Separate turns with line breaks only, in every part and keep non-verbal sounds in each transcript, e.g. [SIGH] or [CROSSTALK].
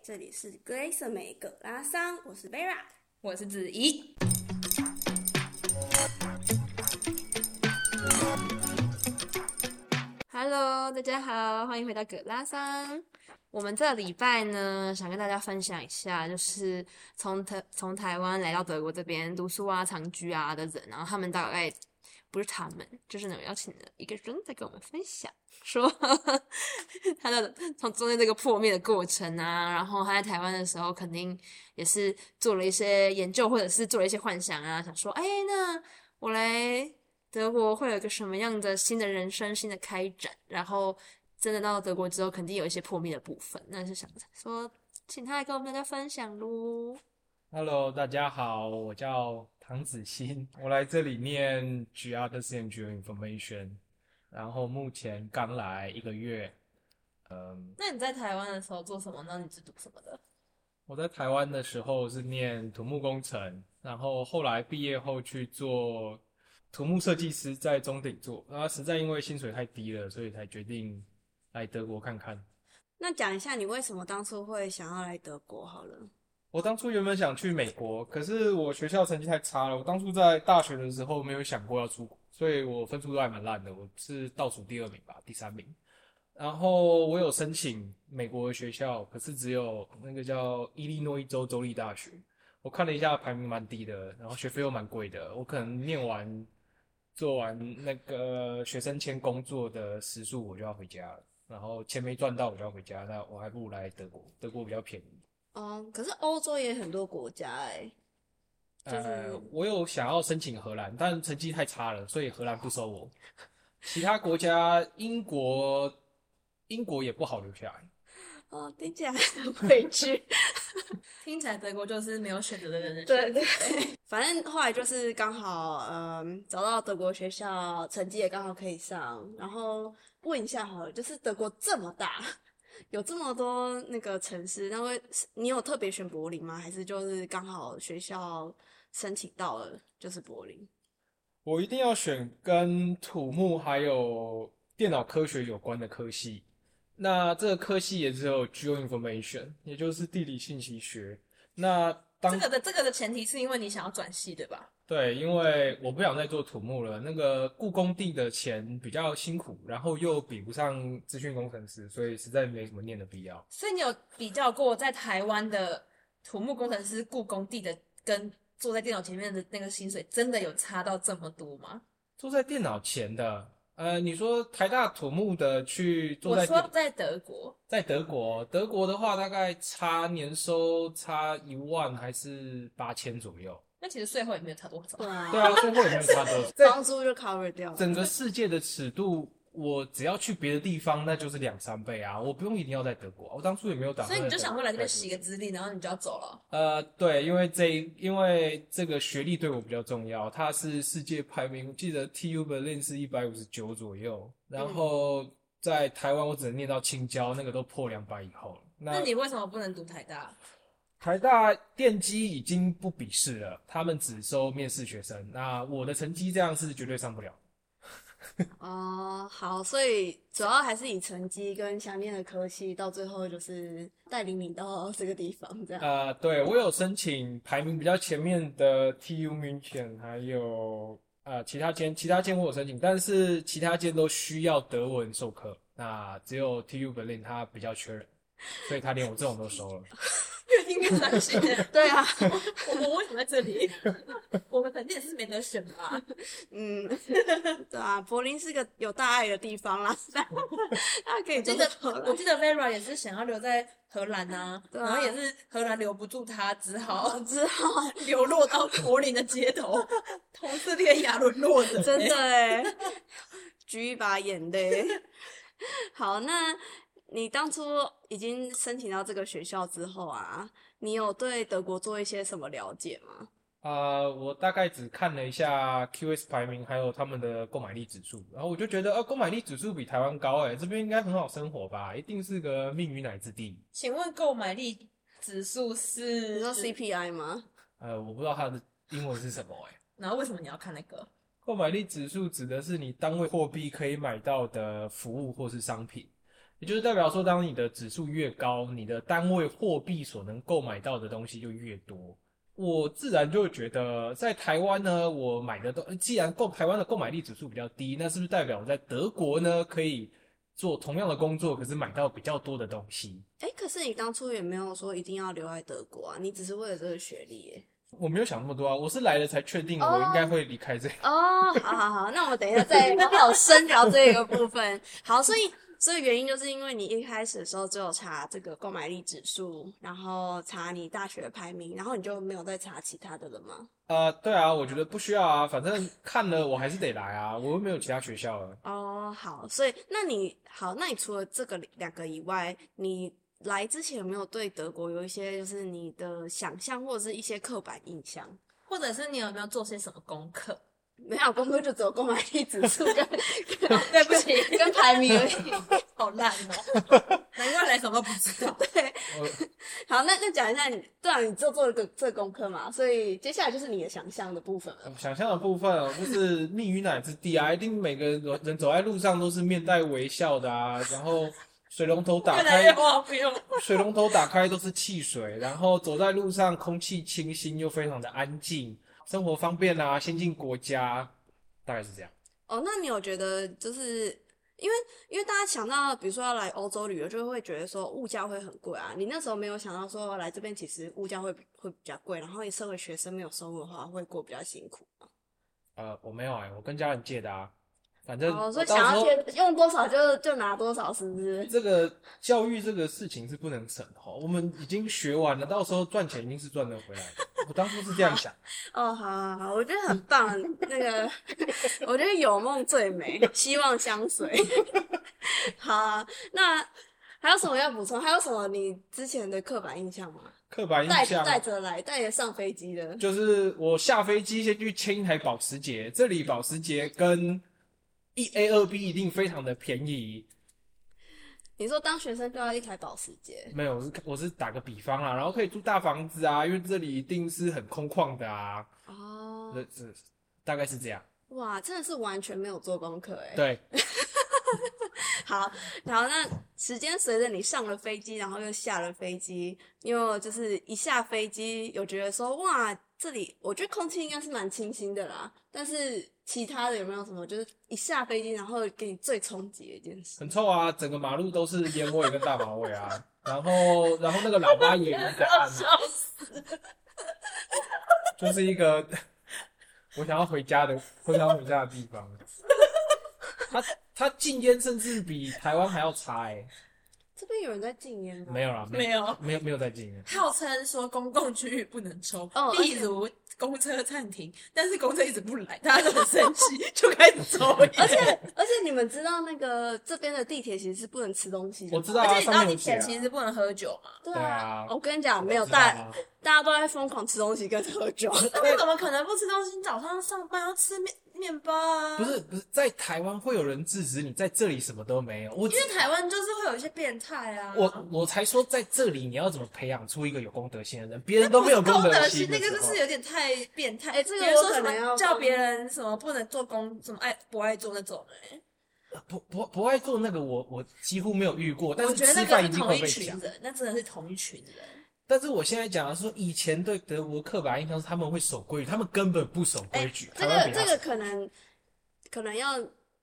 这里是 Grace 美葛拉桑，我是 Vera。
我是子怡。Hello，大家好，欢迎回到葛拉桑。我们这礼拜呢，想跟大家分享一下，就是从台从台湾来到德国这边读书啊、长居啊的人，然后他们大概不是他们，就是呢，我邀请了一个人在跟我们分享，说 [LAUGHS] 他的从中间这个破灭的过程啊，然后他在台湾的时候肯定也是做了一些研究，或者是做了一些幻想啊，想说，哎，那我来德国会有一个什么样的新的人生、新的开展？然后真的到德国之后，肯定有一些破灭的部分，那就想说，请他来跟我们大家分享喽。
Hello，大家好，我叫唐子欣， [LAUGHS] 我来这里念 Geography and Geoinformation，然后目前刚来一个月。嗯，
那你在台湾的时候做什么呢？你是读什么的？
我在台湾的时候是念土木工程，然后后来毕业后去做土木设计师，在中鼎做。那实在因为薪水太低了，所以才决定来德国看看。
那讲一下你为什么当初会想要来德国好了。
我当初原本想去美国，可是我学校成绩太差了。我当初在大学的时候没有想过要出国，所以我分数都还蛮烂的，我是倒数第二名吧，第三名。然后我有申请美国的学校，可是只有那个叫伊利诺伊州州立大学。我看了一下，排名蛮低的，然后学费又蛮贵的。我可能念完、做完那个学生签工作的时数，我就要回家了。然后钱没赚到，我就要回家。那我还不如来德国，德国比较便宜。
哦、可是欧洲也很多国家哎、就是
呃，我有想要申请荷兰，但成绩太差了，所以荷兰不收
[LAUGHS]
我。其他国家，英国，英国也不好留下来。
哦，听 [LAUGHS] 起来很委屈。
听起来德国就是没有选择的人生。
对对，反正后来就是刚好，嗯，找到德国学校，成绩也刚好可以上。然后问一下好了，就是德国这么大， [LAUGHS] 有这么多那个城市，那会你有特别选柏林吗？还是就是刚好学校申请到了就是柏林？
我一定要选跟土木还有电脑科学有关的科系。那这个科系也只有 Geoinformation，也就是地理信息学。那当
这个的这个的前提是因为你想要转系，对吧？
对，因为我不想再做土木了，那个雇工地的钱比较辛苦，然后又比不上资讯工程师，所以实在没什么念的必要。
所以你有比较过在台湾的土木工程师雇工地的跟坐在电脑前面的那个薪水，真的有差到这么多吗？
坐在电脑前的，呃，你说台大土木的去坐
我
在
说
电
在德国，
在德国，德国的话大概差年收差一万还是八千左右，
那其实税后也没有差多少。
啊
对啊，最后也没有
[LAUGHS]
差多少。在
房租就 cover 掉了。
整个世界的尺度，我只要去别的地方，那就是两三倍啊，我不用一定要在德国啊，我当初也没有打
所
算。
以你就想会来这边洗个资历，然后你就要走了。
呃，对，因为这一因为这个学历对我比较重要，它是世界排名，我记得 TU Berlin 是一百五十九左右，然后在台湾我只能念到青椒，那个都破两百以后了。
那
那
你为什么不能读台大？
台大电机已经不笔试了，他们只收面试学生。那我的成绩这样是绝对上不了。
哦，好，所以主要还是以成绩跟相恋的科系，到最后就是带领你到这个地方这样。
呃，对，我有申请排名比较前面的 TU 明显，还有呃其他间，其他间我有申请，但是其他间都需要德文授课，那只有 TU Berlin 它比较缺人，所以他连我这种都收了。
越听越伤心。
[LAUGHS] 对啊，
[LAUGHS] 我我为什么在这里？ [LAUGHS] 我们肯定也是没得选吧？
嗯，对啊，柏林是个有大爱的地方啦， [LAUGHS] 大家可以
我记
真
得
的荷
我
兰。
记得 Vera 也是想要留在荷兰呐、
对啊
然后也是荷兰留不住他，只好
我知道，
流落到柏林的街 [LAUGHS] 头，同是天涯沦落人、
真的哎，举一把眼泪。好，那你当初已经申请到这个学校之后啊，你有对德国做一些什么了解吗？
啊，我大概只看了一下 QS 排名，还有他们的购买力指数，然后我就觉得，呃，购买力指数比台湾高，哎，这边应该很好生活吧，一定是个命与乃之地。
[LAUGHS] 请问购买力指数
你
是？
说 CPI 吗？
呃，我不知道它的英文是什么，哎。
然后为什么你要看那个？
购买力指数指的是你单位货币可以买到的服务或是商品。也就是代表说，当你的指数越高，你的单位货币所能购买到的东西就越多。我自然就会觉得，在台湾呢，我买的东，既然购台湾的购买力指数比较低，那是不是代表我在德国呢可以做同样的工作，可是买到比较多的东西？
哎，可是你当初也没有说一定要留在德国啊，你只是为了这个学历耶。
我没有想那么多啊，我是来了才确定我应该会离开这
哦，
好好好，那我们等一下再 [LAUGHS] 好好深聊这个部分。好，所以所以原因就是因为你一开始的时候只有查这个购买力指数，然后查你大学排名，然后你就没有再查其他的了吗？
啊、对啊，我觉得不需要啊，反正看了我还是得来啊，我又没有其他学校了。
哦，好，所以那你好，那你除了这个两个以外，你来之前有没有对德国有一些就是你的想象或者是一些刻板印象？ [LAUGHS]
或者是你有没有做些什么功课？
没有，工作就只有购买力指数跟
对不起，
跟排名
[LAUGHS]
而已。
[LAUGHS] 好烂哦， [LAUGHS] 难怪来什么都不知道。
呃
[LAUGHS] 好，那那讲一下你，对啊，你就做了个这个功课嘛，所以接下来就是你的想象的部分了。
呃想象的部分哦，就是密语乃之地啊，一定每个人人走在路上都是面带微笑的啊，然后水龙头打
越来越
开，
荒谬。
水龙头打开都是汽水，然后走在路上空气清新又非常的安静，生活方便啊，先进国家，大概是这样。
哦，那你有觉得就是因为因为大家想到，比如说要来欧洲旅游，就会觉得说物价会很贵啊。你那时候没有想到说来这边其实物价会比会比较贵，然后你身为学生没有收入的话，会过比较辛苦。
呃，我没有哎、我跟家人借的啊，反正
哦，所以
到
想
时
要
候
借用多少就就拿多少，是不是？
这个教育这个事情是不能省的哦，我们已经学完了，到时候赚钱一定是赚得回来的。我当初是这样想，
哦，好好好，我觉得很棒。那个，我觉得有梦最美，希望相随。 [LAUGHS] 好啊，那还有什么要补充？还有什么你之前的刻板印象吗？
刻板
带
印象啊哦
带着来，带着上飞机的。
就是我下飞机先去签一台保时捷，这里保时捷跟一 A 二 B 一定非常的便宜。
你说当学生就要一台保时捷，
没有，我是我是打个比方啦，然后可以住大房子啊，因为这里一定是很空旷的啊，
哦，
这这大概是这样。
哇，真的是完全没有做功课哎。
对，
好，然后那时间随着你上了飞机，然后又下了飞机，因为就是一下飞机有觉得说哇，这里我觉得空气应该是蛮清新的啦，但是其他的有没有什么就是一下飞机然后给你最冲击的一件事？
很臭啊，整个马路都是烟味跟大麻味啊，然后然后那个喇叭也一直在按啊。就是一个我想要回家的，我想要回家的地方。他他禁烟甚至比台湾还要差哎、
这边有人在禁烟吗？
[LAUGHS] 没有啦，
没
有
有，
没有没有在禁烟。
号称说公共区域不能抽
哦，
例如公车暂停，但是公车一直不来，大家都很生气，就开始抽
[LAUGHS]
烟。
而且而且你们知道那个这边的地铁其实是不能吃东西的
我
吗，
知道
而且
啊，
你知
上
道
面
地
有写
铁
啊。
其实不能喝酒嘛？
对
对啊
我跟你讲，没有
我知道
大
啊
大家都在疯狂吃东西跟喝
[LAUGHS]
酒，
那你怎么可能不吃东西？你早上上班要吃面面包啊？
不，是不是，在台湾会有人制止你，在这里什么都没有。我
因为台湾就是会有一些变态啊。
我我才说，在这里你要怎么培养出一个有公德心的人？别人都没有
功德
心的
那
时候，
个就是有点太变态。哎、
这个
比如
我
说
可
什
能要
么叫别人什么不能做工，什么爱不爱做那种的、哎
不不不爱做那个我，我几乎没有遇过。但
我
是
觉得
吃
那
饭
个
一
是
定
同
会
一
被
群
讲。
人，那真的是同一群人。
但是我现在讲的是说，以前对德国刻板印象是他们会守规矩，他们根本不守规矩。
这
台湾
个
比较
哎这个可能可能要，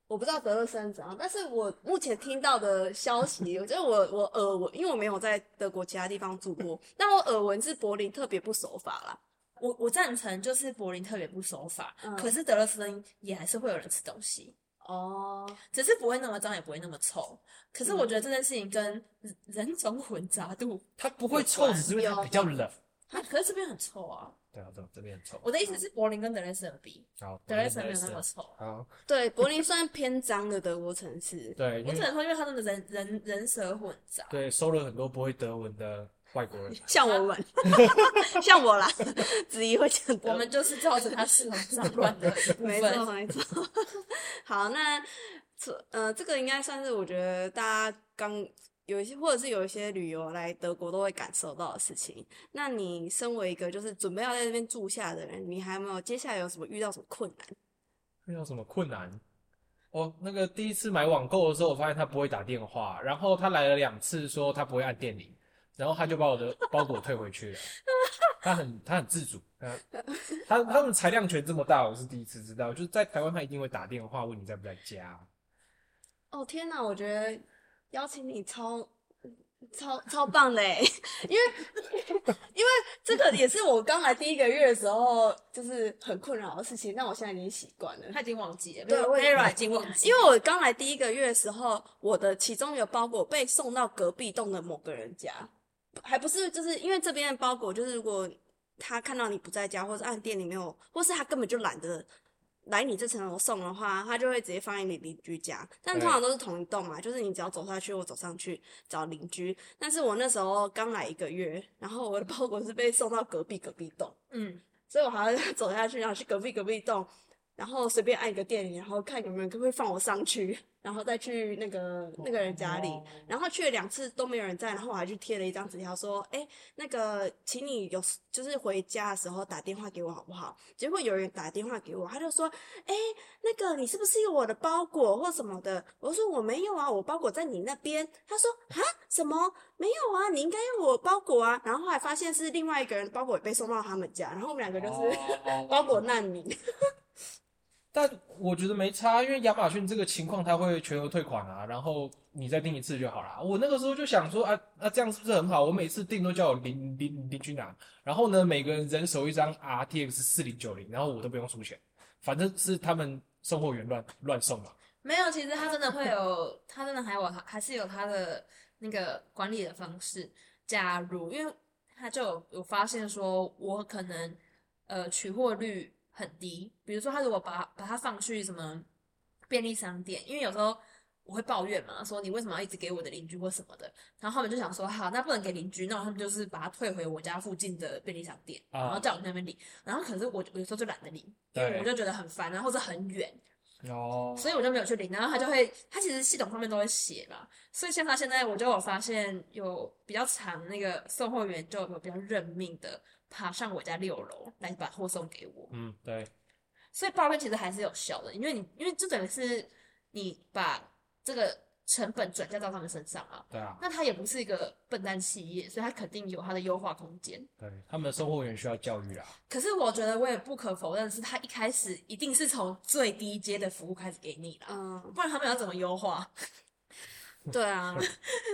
我不知道德勒森怎样，啊但是我目前听到的消
[LAUGHS]
息，我觉得我我耳闻，因为我没有在德国其他地方住
[LAUGHS]
过，但我耳闻是柏林特别不守法啦。
我我赞成，就是柏林特别不守法，
嗯
可是德勒斯登也还是会有人吃东西，
哦，
只是不会那么脏，也不会那么臭。可是我觉得这件事情跟人人种混杂度，
它不会臭，只是因为它比较冷。
啊、可是这边很臭啊。
对啊，对啊，这边很臭。
我的意思是，柏林跟德勒斯登比，
好，
嗯德勒斯嗯登没有那么臭。
好，
对，柏林算偏脏的德国城市。
对，
我
因
只
为
能说，因为他们的人人人蛇混杂。
对收了很多不会德文的外国人。
像我
[LAUGHS]
们， [LAUGHS] 像我啦，子怡会讲德
我
文
们就是照着他市场上乱 [LAUGHS] 的一部
没错， [LAUGHS]
分。
没错。好，那这呃，这个应该算是我觉得大家刚有一些，或者是有一些旅游来德国都会感受到的事情。那你身为一个就是准备要在这边住下的人，你还有没有接下来有什么遇到什么困难？
遇到什么困难？我那个第一次买网购的时候，我发现他不会打电话，然后他来了两次，说他不会按电铃，然后他就把我的包裹退回去了。他很他很自主，他他他们裁量权这么大，我是第一次知道。就是在台湾，他一定会打电话问你在不在家。
哦天哪，我觉得邀请你超超超棒嘞，因为 [LAUGHS] 因为这个也是我刚来第一个月的时候就是很困扰的事情，但我现在已经习惯了。
他已经忘记了，
对我也
Vera 已经忘记
因
了，
为我刚来第一个月的时候，我的其中有包裹被送到隔壁栋的某个人家，还不是就是因为这边的包裹，就是如果他看到你不在家，或者按店里没有，或是他根本就懒得来你这层楼送的话，他就会直接放在你邻居家。但通常都是同一栋嘛，就是你只要走下去，我走上去找邻居。但是我那时候刚来一个月，然后我的包裹是被送到隔壁隔壁栋。
嗯，
所以我还要 [LAUGHS] 走下去，然后去隔壁隔壁栋，然后随便按一个电铃，然后看有没有人会放我上去，然后再去那个那个人家里。
哦
然后去了两次都没有人在，然后我还去贴了一张纸条说：“哎，那个，请你有就是回家的时候打电话给我好不好？”结果有人打电话给我，他就说：“哎，那个你是不是有我的包裹或什么的？”我说：“我没有啊，我包裹在你那边。”他说：“啊，什么没有啊？你应该要我包裹啊。”然后后来发现是另外一个人包裹也被送到他们家，然后我们两个就是、 [LAUGHS]
哦
包裹难民。
但我觉得没差，因为亚马逊这个情况，它会全额退款啊，然后你再订一次就好啦。我那个时候就想说，啊，那、这样是不是很好？我每次订都叫我邻邻邻居拿，然后呢，每个人人手一张 RTX 四零九零，然后我都不用出钱，反正是他们送货员乱乱送嘛。
没有，其实他真的会有，他真的还有还是有他的那个管理的方式。假如因为他就有有发现说，我可能呃取货率很低，比如说他如果把把它放去什么便利商店，因为有时候我会抱怨嘛，说你为什么要一直给我的邻居或什么的，然后他们就想说，好，那不能给邻居，那他们就是把它退回我家附近的便利商店，
啊
然后叫我去那边领，然后可是我我有时候就懒得领，因为
对
我就觉得很烦，然后或者很远。
哦，
所以我就没有去领，然后他就会，他其实系统上面都会写嘛，所以像他现在，我就有发现有比较长那个送货员就有比较认命的爬上我家六楼来把货送给我，
嗯，对，
所以报备其实还是有效的，因为你因为就等于是你把这个成本转嫁到他们身上啊，
对啊，
那他也不是一个笨蛋企业，所以他肯定有他的优化空间。
对，他们的送货员需要教育啊啦。
可是我觉得我也不可否认，是他一开始一定是从最低阶的服务开始给你啦，
嗯，
不然他们要怎么优化？
对啊，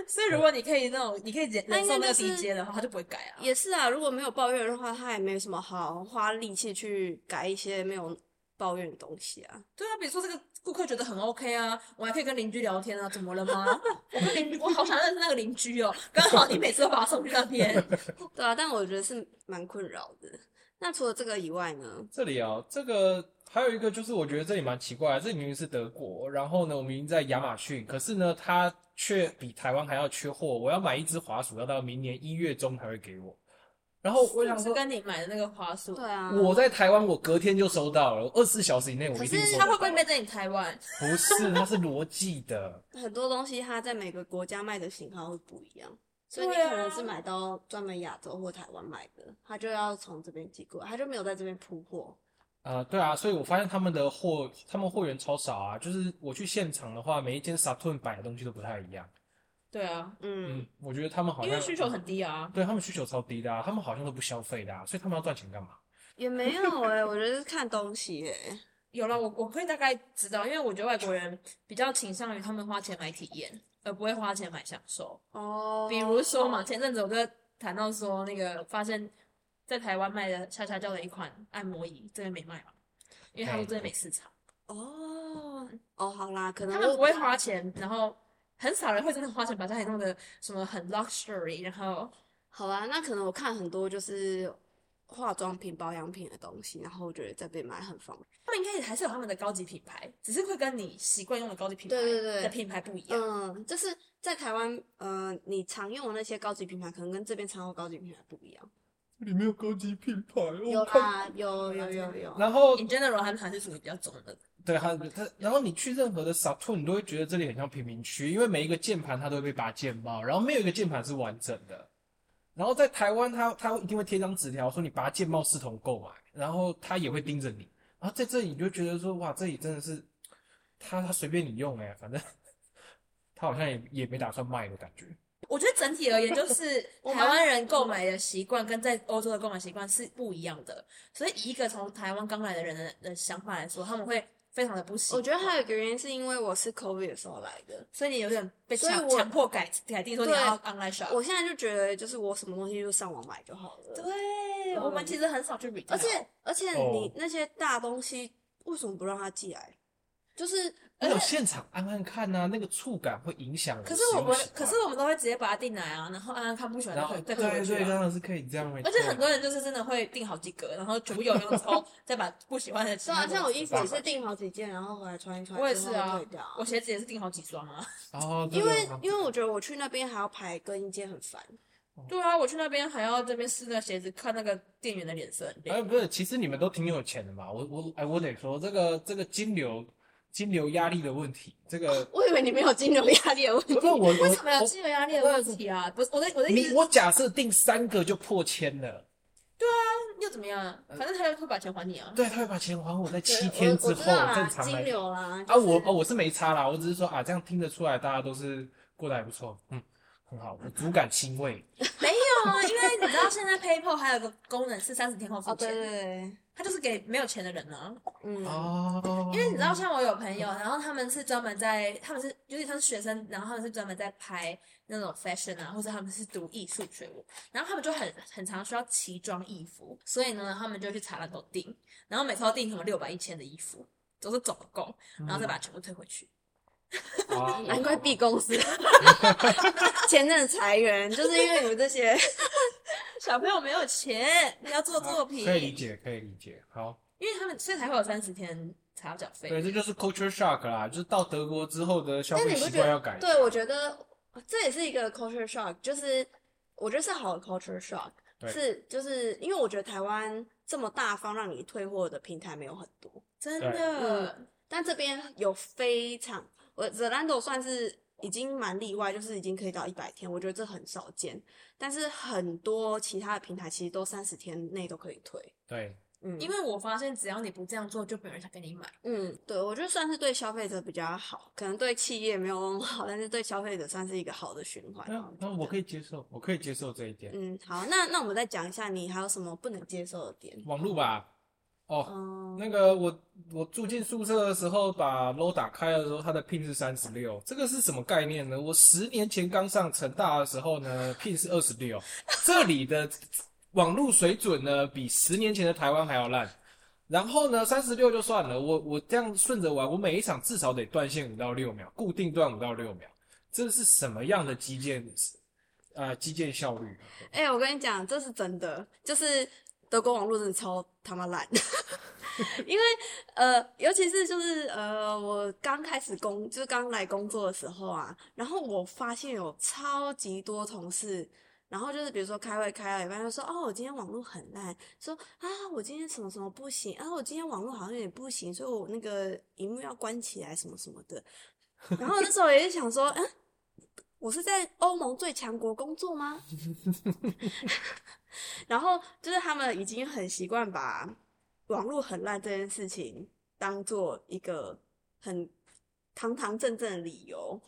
所以如果你可以那种，你可以忍
那
忍
应
受
该
那个
就
低
是
阶的话，他就不会改啊。
也是啊。如果没有抱怨的话，他也没什么好花力气去改一些没有抱怨的东西啊。
对啊，比如说这个顾客觉得很 OK 啊，我还可以跟邻居聊天啊，怎么了吗？我跟邻居，我好想认识那个邻居哦，刚好你每次都把他送去那边，
对啊，但我觉得是蛮困扰的。那除了这个以外呢？
这里哦，这个还有一个就是，我觉得这里蛮奇怪的，这里明明是德国，然后呢，我明明在亚马逊，可是呢，它却比台湾还要缺货。我要买一只滑鼠，要到明年一月中才会给我。然后我想
是啊
说，
跟你买的那个花束。
对啊，
我在台湾，我隔天就收到了，二十四小时以内我
可
一定
是
收
他
到。
会不会卖在你台湾？
不是，它是逻辑的。
很多东西它在每个国家卖的型号会不一样，所以你
对啊
可能是买到专门亚洲或台湾买的，它就要从这边寄过来，它就没有在这边铺货。嗯
啊，对啊，所以我发现他们的货，他们货源超少啊。就是我去现场的话，每一间 Saturn 摆的东西都不太一样。
对啊，
嗯，
嗯，我觉得他们好
因为
像
需求很低啊。
对他们需求超低的啊，他们好像都不消费的啊，所以他们要赚钱干嘛？
也没有哎、我觉得是看东西哎、
[LAUGHS] 有了，我我可以大概知道，因为我觉得外国人比较倾向于他们花钱买体验，而不会花钱买享受。
哦
比如说嘛，前阵子我就谈到说，那个发现，在台湾卖的恰恰叫的一款按摩椅，这边没卖嘛，因为他说这边没市场，
哦哦，好啦，可能
他们
我
不会花钱，然后很少人会真的花钱把家里弄得什么很 luxury，然后
好啦，那可能我看很多就是化妆品、保养品的东西，然后我觉得这边买很方便。
他们应该也还是有他们的高级品牌，只是会跟你习惯用的高级品牌
对对对
的品牌不一样。
嗯，就是在台湾，呃，你常用的那些高级品牌，可能跟这边常用的高级品牌不一样。
这里没有高级品牌，
有
我看。
啦，有有有有，
然后
In general，他们还是属于比较重的，
对它它，然后你去任何的 Saturn，你都会觉得这里很像贫民区，因为每一个键盘它都会被拔键帽，然后没有一个键盘是完整的。然后在台湾它，它一定会贴张纸条说你拔键帽视同购买，然后它也会盯着你。然后在这里你就觉得说，哇，这里真的是他他随便你用哎、反正他好像也也没打算卖的感觉。
我觉得整体而言，就是 [LAUGHS]
我
台湾人购买的习惯跟在欧洲的购买习惯是不一样的，所以以一个从台湾刚来的人的的想法来说，他们会非常的不习
我
惯。
觉得还有一个原因是因为我是 COVID 的时候来的，
所以你有点被
所以
强
我
强迫改改定说你
对
要 online shop。
我现在就觉得就是我什么东西就上网买就好了。
对，我们其实很少去 retail，
而且而且你
哦
那些大东西为什么不让他寄来？就是
那种现场按按看啊呐、那个触感会影响。
可是我们可是我们都会直接把它订来啊，然后按按看不喜欢
然
就
后
可以
对
再退回
对
去
对，
啊。
当然是可以这样没错。
而且很多人就是真的会订好几个，然后全部有用之后，再把不喜欢的
对啊，像我衣服也
没
是订好几件，然后回来穿一穿，
我也是啊
退掉啊。
我鞋子也是订好几双啊。
哦，对
因为
对
因为我觉得我去那边还要排更衣间很烦，
对啊，我去那边还要这边试那鞋子，看那个店员的脸色很
哎，
累。
不是，其实你们都挺有钱的嘛。我我哎，我得说这个这个金流金流压力的问题，这个
我以为你没有金融压力的问题
不。是我
哦为什么有
我
金额压力的问题啊？不是我的我的
我
意
你
思，
我假设定三个就破千了，
又怎么样啊？反正他又会把钱还你啊。
对，他会把钱还我在
对
[LAUGHS] 七天
我
之
我
后
知道啦
正常
金
来。
流啦。
啊，我
就是
哦我是没差啦，我只是说啊，这样听得出来大家都是过得还不错，嗯，很好，我足感欣慰。
[LAUGHS] 没有啊，因为你知道现在 PayPal 还有个功能是三十天后付
哦，对
钱，
对对，
它就是给没有钱的人啊。
嗯，
哦，
因为你知道，像我有朋友，然后他们是专门在，他们是有点像是学生，然后他们是专门在拍那种 fashion 啊，或者他们是读艺术学部，然后他们就很很常需要奇装异服，所以呢，他们就去查烂都订，然后每次都订什么六百一千的衣服，都是总共，
嗯
然后再把它全部退回去。
啊
难
哦
怪 B 公
[LAUGHS]
司前阵子裁员，就是因为你们这些。
[LAUGHS] 小朋友没有钱，你要做作品，
可以理解，可以理解。好，
啊因为他们所以才会有三十天才要缴
对，
费。
这就是 culture shock 啦，就是到德国之后的消
但
费
你不
习
觉
惯要
得
改？。
对，我觉得这也是一个 culture shock，就是我觉得是好的 culture shock，
对
是就是因为我觉得台湾这么大方让你退货的平台没有很多，
真的，
但这边有非常，我 Zalando 算是已经蛮例外，就是已经可以到一百天，我觉得这很少见。但是很多其他的平台其实都三十天内都可以退，
对，
嗯，
因为我发现只要你不这样做，就没有人想跟你买。
嗯，对，我觉得算是对消费者比较好，可能对企业没有那么好，但是对消费者算是一个好的循环。
那那我可以接受，我可以接受这一点。
啊嗯，好，那那我们再讲一下你还有什么不能接受的点。
网路吧，哦，
嗯，
那个我我住进宿舍的时候，把 LO 打开的时候，它的 pin 是三十六，这个是什么概念呢？我十年前刚上成大的时候呢，pin 是二十六，这里的网路水准呢，比十年前的台湾还要烂。然后呢，三十六就算了，我我这样顺着玩，我每一场至少得断线五到六秒，固定断五到六秒，这是什么样的基建啊、基建效率？
哎、我跟你讲，这是真的，就是德国网络真的超他妈烂， [LAUGHS] 因为呃，尤其是就是呃，我刚开始工，就是刚来工作的时候啊，然后我发现有超级多同事。然后就是比如说开会开到一半，就说哦，我今天网络很烂，说啊，我今天什么什么不行，啊，我今天网络好像有点不行，所以我那个荧幕要关起来什么什么的。然后那时候也是想说，嗯，我是在欧盟最强国工作吗？然后就是他们已经很习惯把网络很烂这件事情当做一个很堂堂正正的理由，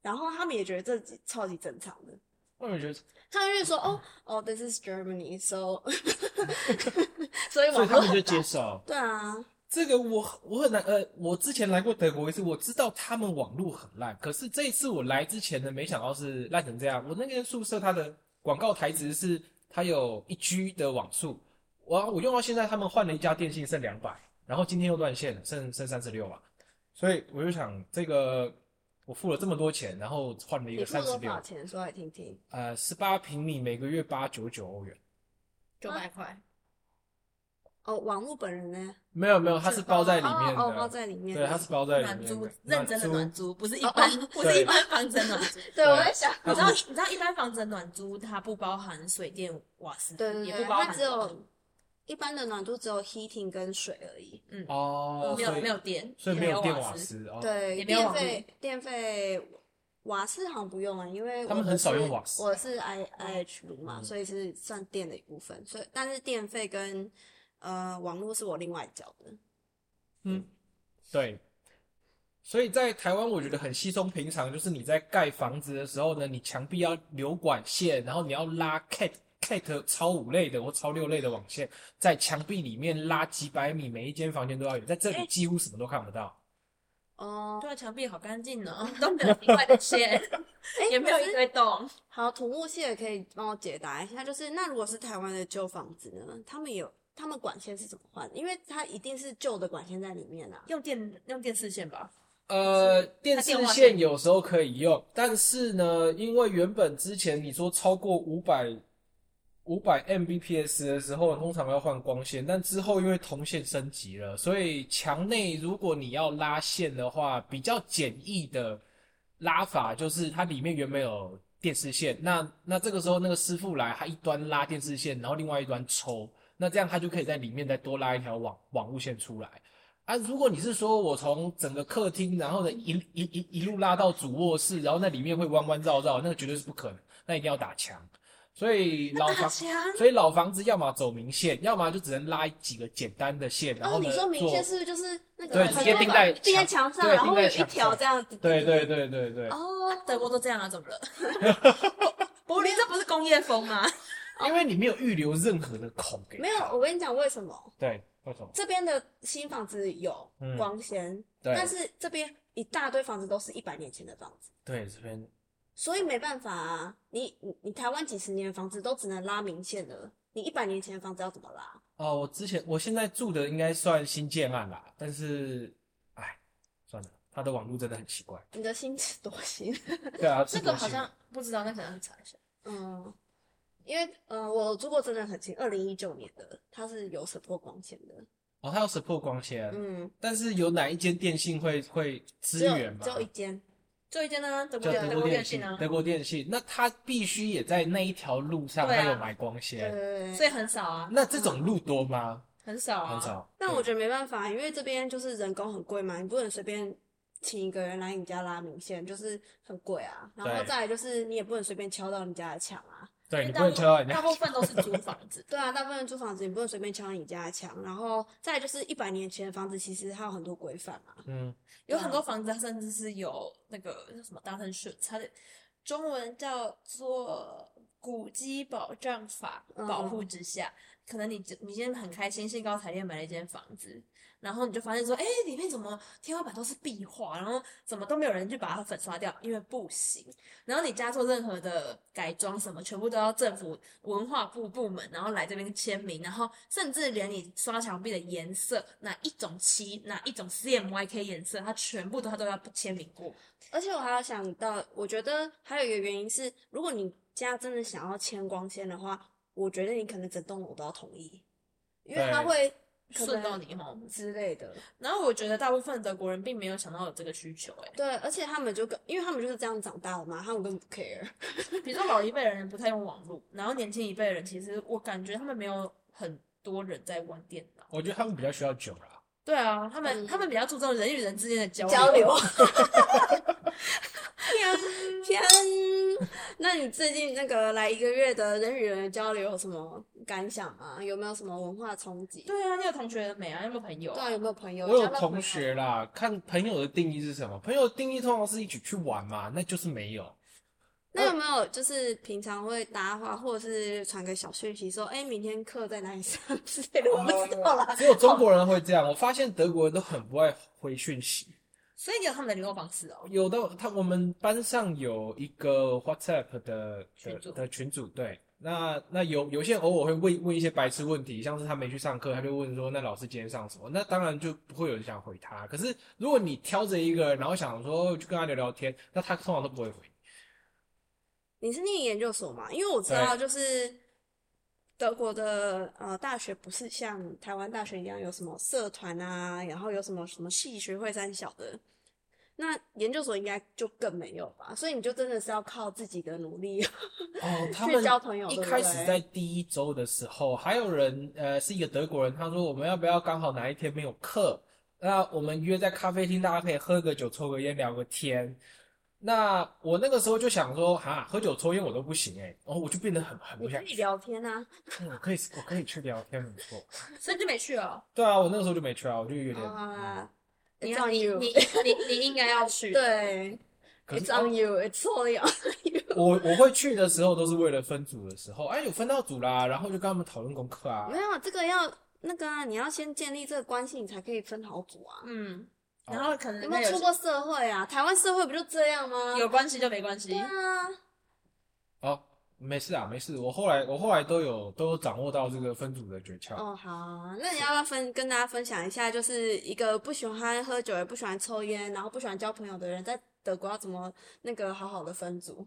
然后他们也觉得这超级正常的。
我也觉得，
他们就说：“哦，哦，this is Germany，so，所以
所
网
以他
络
们就
很
接
大。
受。
对啊，
这个我我很难，呃，我之前来过德国一次，我知道他们网络很烂，可是这一次我来之前呢，没想到是烂成这样。我那个宿舍它的广告台词是它有一 G 的网速，我我用到现在，他们换了一家电信剩两百，然后今天又断线了，剩剩三十六嘛，所以我就想这个我付了这么多钱，然后换了一
你
个
付
三十
多
六
少，钱？说来听听。
呃，十八平米每个月八九九欧元。
九百块，
哦，网络本人呢？
没有没有，它是包在里
哦
面的，
哦，包在里面。
对，它是包在里面
暖
的，
租，认真的
租
暖租，不是一般，哦不是
对
一般房子的暖 [LAUGHS] 租。
对，
对
我在想，
你知道，你知道一般房子的暖租它不包含水电瓦斯，
对对
也
对，
不包含
它只有一般的暖度只有 heating 跟水而已。
哦，
没
所
有
以
没有电，
所以
也
没有
有
电
瓦
瓦。斯哦。，
对，
也没有
电
网络
费电费瓦斯好像不用啊，因为
他们
我
很少
是
用瓦斯
我是 I I H 炉嘛，
嗯
所以是算电的一部分。所以但是电费跟呃网络是我另外缴的。
对，所以在台湾，我觉得很稀松平常，就是你在盖房子的时候呢，你墙壁要留管线，然后你要拉 cat cat 超五类的或超六类的网线，在墙壁里面拉几百米，每一间房间都要有。在这里几乎什么都看不到。
哦，
对啊，墙壁好干净哦，都没有奇怪的
[LAUGHS]
线，
哎
也没有一堆洞。
好，土木系也可以帮我解答一下，就是那如果是台湾的旧房子呢，他们有他们管线是怎么换的？因为它一定是旧的管线在里面啊。
用电用电视线吧，
呃，电
它
视
电话
线
线
有时候可以用，但是呢，因为原本之前你说超过五百五百 Mbps 的时候，通常要换光纤，但之后因为铜线升级了，所以墙内如果你要拉线的话，比较简易的拉法就是它里面原本有电视线，那那这个时候那个师傅来，他一端拉电视线，然后另外一端抽，那这样他就可以在里面再多拉一条网网路线出来。啊，如果你是说我从整个客厅，然后呢一一一一路拉到主卧室，然后那里面会弯弯绕绕，那个绝对是不可能，那一定要打墙。所以老
啊
房，所以老房子要么走明线，要么就只能拉几个简单的线，然
哦，
后呢
你说明
做
线是不是就是那个
对
很
直接
多
钉
把
在
钉在墙
墙
上，
对
然
钉
后
在
有一
墙
条
上
这样子。
对对对对对，
哦，
德国都这样啊，怎么了？ [LAUGHS] 柏林这不是工业风
[LAUGHS]
吗？
因为你没有预留任何的孔给
哦没有，
它
我跟你讲为什么
对，为什么？
这边的新房子有
嗯
光纤，
对
但是这边一大堆房子都是一百年前的房子，
对这边
所以没办法啊。你你你台湾几十年的房子都只能拉明线的，你一百年前的房子要怎么拉？
哦，我之前我现在住的应该算新建案啦，但是哎，算了，它的网络真的很奇
[LAUGHS]
怪。
你的心知多心。
对啊，
这
是
个
多
好
幸
像不知道，那可能要查一下。
[LAUGHS] 嗯，因为呃，我住过真的很近，二零一九年的，它是有 support 光纤的。
哦，它有 support 光纤，
嗯，
但是有哪一间电信会会支
只有
援吗
只？有一间。
就一间呢，德
就
国
德
德
国
国电
电
信
信，
啊，
德国电信，那它必须也在那一条路上，
对
它
啊
有买光
对
纤。
对
所
对。
以很少啊，
那这种路多吗？
很少啊，
很。少。
但
对
我觉得没办法，因为这边就是人工很贵嘛，你不能随便请一个人来你家拉明线，就是很贵啊。然后
对
再来就是你也不能随便敲到人家的墙啊。，
对你
因为
不
大
能
部
敲到人
大
家，
部分都是租房子
对啊，大部分租房子你不能随便敲你家的墙。然后再来就是一百年前的房子，其实它有很多规范啊。
嗯，
有很多房子它甚至是有那个叫什么达成税，它的中文叫做古迹保障法
嗯
保护之下，可能你你今天很开心，兴高采烈买了一间房子，然后你就发现说，哎，里面怎么天花板都是壁画，然后怎么都没有人去把它粉刷掉，因为不行。然后你家做任何的改装什么，全部都要政府文化部部门，然后来这边签名，然后甚至连你刷墙壁的颜色，哪一种漆，哪一种 CMYK 颜色，它全部都它都要签名过。
而且我还有想到，我觉得还有一个原因是，如果你家真的想要牵光纤的话，我觉得你可能整栋楼都要同意，因为它
对
会可
顺到
能
你吼，
之类的。
然后我觉得大部分德国人并没有想到有这个需求、欸，
对，而且他们就跟，因为他们就是这样长大的嘛，他们根本不 care。
比如说老一辈的人不太用网络，然后年轻一辈的人其实我感觉他们没有很多人在玩电脑。
我觉得他们比较需要酒啦。
对啊，他们、
嗯
他们比较注重人与人之间的交流。
交流。
啊
天，那你最近那个来一个月的人与人的交流有什么感想吗？有没有什么文化冲击？
对啊，你有同学没啊？有没有朋友、
对啊，有没有朋友？
我有
交到朋
同
友
学啦，看朋友的定义是什么？朋友的定义通常是一起去玩嘛，那就是没有。
那有没有就是平常会搭话，或者是传个小讯息说，哎、明天课在哪里上之类的？我不知道啦。
只有中国人会这样，我发现德国人都很不爱回讯息。
所以你有他们的联络方式哦。
有的，他我们班上有一个 WhatsApp 的呃
群组
的的群组，对，那那有有些人偶尔会问问一些白痴问题，像是他没去上课，他就问说那老师今天上什么，那当然就不会有人想回他。可是如果你挑着一个人，然后想说去跟他聊聊天，那他通常都不会回。
你是念研究所嘛？因为我知道，就是德国的呃大学不是像台湾大学一样有什么社团啊，然后有什么什么系学会三小的。那研究所应该就更没有吧，所以你就真的是要靠自己的努力 [LAUGHS]
哦，他
去
们
交朋友，
一
对不
开始
对
在第一周的时候，还有人呃是一个德国人，他说我们要不要刚好哪一天没有课，那我们约在咖啡厅，大家可以喝个酒、抽个烟、聊个天。那我那个时候就想说，哈，喝酒抽烟我都不行哎、然后我就变得很很
你
不
[LAUGHS] 可
想
以
去。
聊天啊，
嗯我可以我可以去聊天，很不错。
[LAUGHS]
所以你就没去哦。
对啊，我那个时候就没去啊，我就有点
啊，
你
It's
要
on
你
you
你
[LAUGHS]
你你应该要去，，
对
[LAUGHS] 可是哦
，It's on you, it's totally
[LAUGHS]
on you。
我我会去的时候都是为了分组的时候，哎，有分到组啦，然后就跟他们讨论功课啊
没。有这个要那个啊，你要先建立这个关系，你才可以分好组啊。
嗯，
哦
然后可能
有
那
没有
有
出过社会啊？台湾社会不就这样吗？
有关系就没关系
对，啊，
哦，没事啊，没事。我后来我后来都有都有掌握到这个分组的诀窍。
哦，好啊，那你要不要分跟大家分享一下，就是一个不喜欢喝酒，也不喜欢抽烟，然后不喜欢交朋友的人，在德国要怎么那个好好的分组？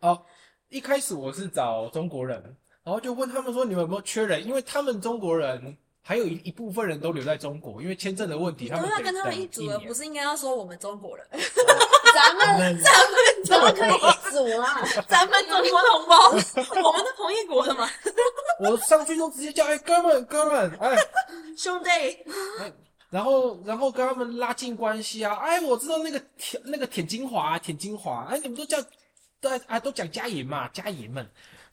哦，一开始我是找中国人，然后就问他们说你们有没有缺人，因为他们中国人还有一一部分人都留在中国，因为签证的问题，他
我
们
们要
得
跟他
等
们一组了，
年
不是应该要说我们中国
[LAUGHS]
人，
咱们
嗯
怎么可以一组啊？
咱们中国同胞， [LAUGHS] 我们是同一国的嘛，
我上去就直接叫哎哥们哥们哎，
兄弟，
然后然后跟他们拉近关系啊，哎我知道那个舔那个舔精华舔精华，哎你们都叫都啊都讲加盐嘛加盐们。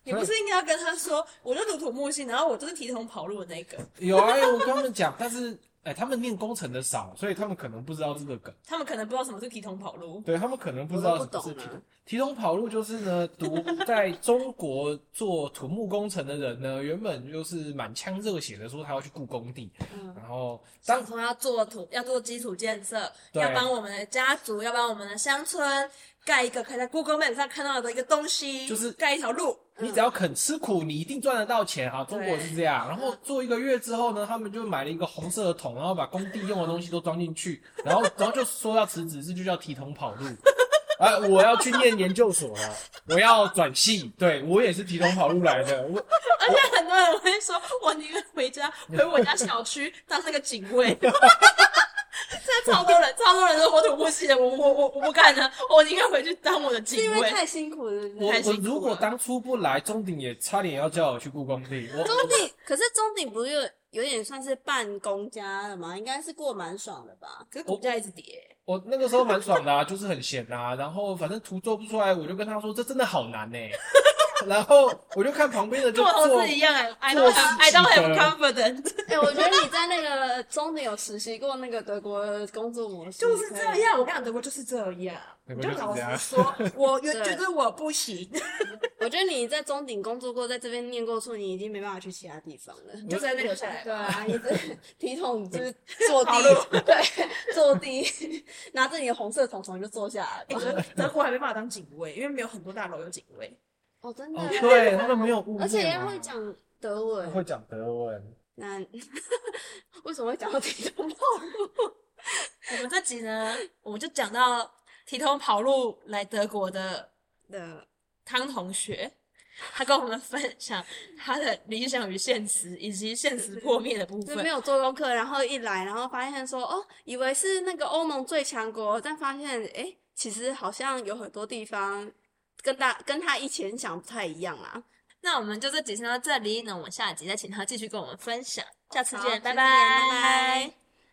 你不是应该要跟他说，我就土土木系，然后我就是提桶跑路的那个，
[LAUGHS] 有啊，我跟他们讲，但是哎、他们念工程的少，所以他们可能不知道这个梗，
他们可能不知道什么是提桶跑路，
对他们可能不
我
知
都不
道什么
懂啊
是提
了。
提桶跑路，就是呢，读 [LAUGHS] 在中国做土木工程的人呢，原本就是满腔热血的说他要去雇工地，
嗯，
然后当
当从要做土，要做基础建设，
对
要帮我们的家族，要帮我们的乡村盖一个可以在 Google Map 上看到的一个东西，
就是
盖一条路。
你只要肯吃苦，你一定赚得到钱啊！中国是这样。然后做一个月之后呢，他们就买了一个红色的桶，然后把工地用的东西都装进去，然后然后就说要辞职，这就叫提桶跑路。哎，我要去念研究所了，我要转系，对我也是提桶跑路来的。我
[LAUGHS] 而且很多人会说，我宁愿回
[LAUGHS]
家，回我家小区当那个警卫。 [LAUGHS] 这超多人，超多人说我土木系的，我我我我不干了，我宁愿回去当我的
是因
警
为
卫。
太辛苦了，是不
我
是
太
我
辛苦了
如果当初不来，中鼎也差点要叫我去雇工地。我
中鼎可是中鼎不是有有点算是半公家的嘛，应该是过蛮爽的吧？
可是股价一直跌，
我那个时候蛮爽的、啊，就是很闲啊。然后反正图做不出来，我就跟他说这真的好难呢、 [LAUGHS] 然后我就看旁边的就
跟我投
做
资一样哎，I
做
don't
事
have I don't
情
have
的
confidence，
哎、我觉得你在那个中鼎有实习过那个德国工作模式，
就是
可
这
以
样。我跟你讲，德国就是这样，
德
你
国
就
就是
老
这样
实说，
[LAUGHS]
我觉
对
觉得我不行，
我觉得你在中鼎工作过，在这边念过书，你已经没办法去其他地方了。
你就在那边留下来吧
对。啊，你这体桶
[LAUGHS]
就是坐地
跑路，
对，坐地， [LAUGHS] 拿着你的红色桶桶就坐下来
欸
吧。
德德国还没办法当警卫，因为没有很多大楼有警卫。
哦，真的
哦，，对他们没有误
而且
念
人家
啊
会讲德文。
会讲德文。
那 [LAUGHS] 为什么会讲到体桶泡路？
我们这集呢，我们就讲到提桶跑路来德国的
[LAUGHS] 的，
汤同学，他跟我们分享他的理想与现实，以及现实破灭的部
就没
分。
有做功课，然后一来，然后发现说，哦，以为是那个欧盟最强国，但发现，诶，其实好像有很多地方跟大跟他以前想不太一样啦。
那我们就这集先到这里，那我们下集再请他继续跟我们分享，下次
好
见，
下次见拜
拜
拜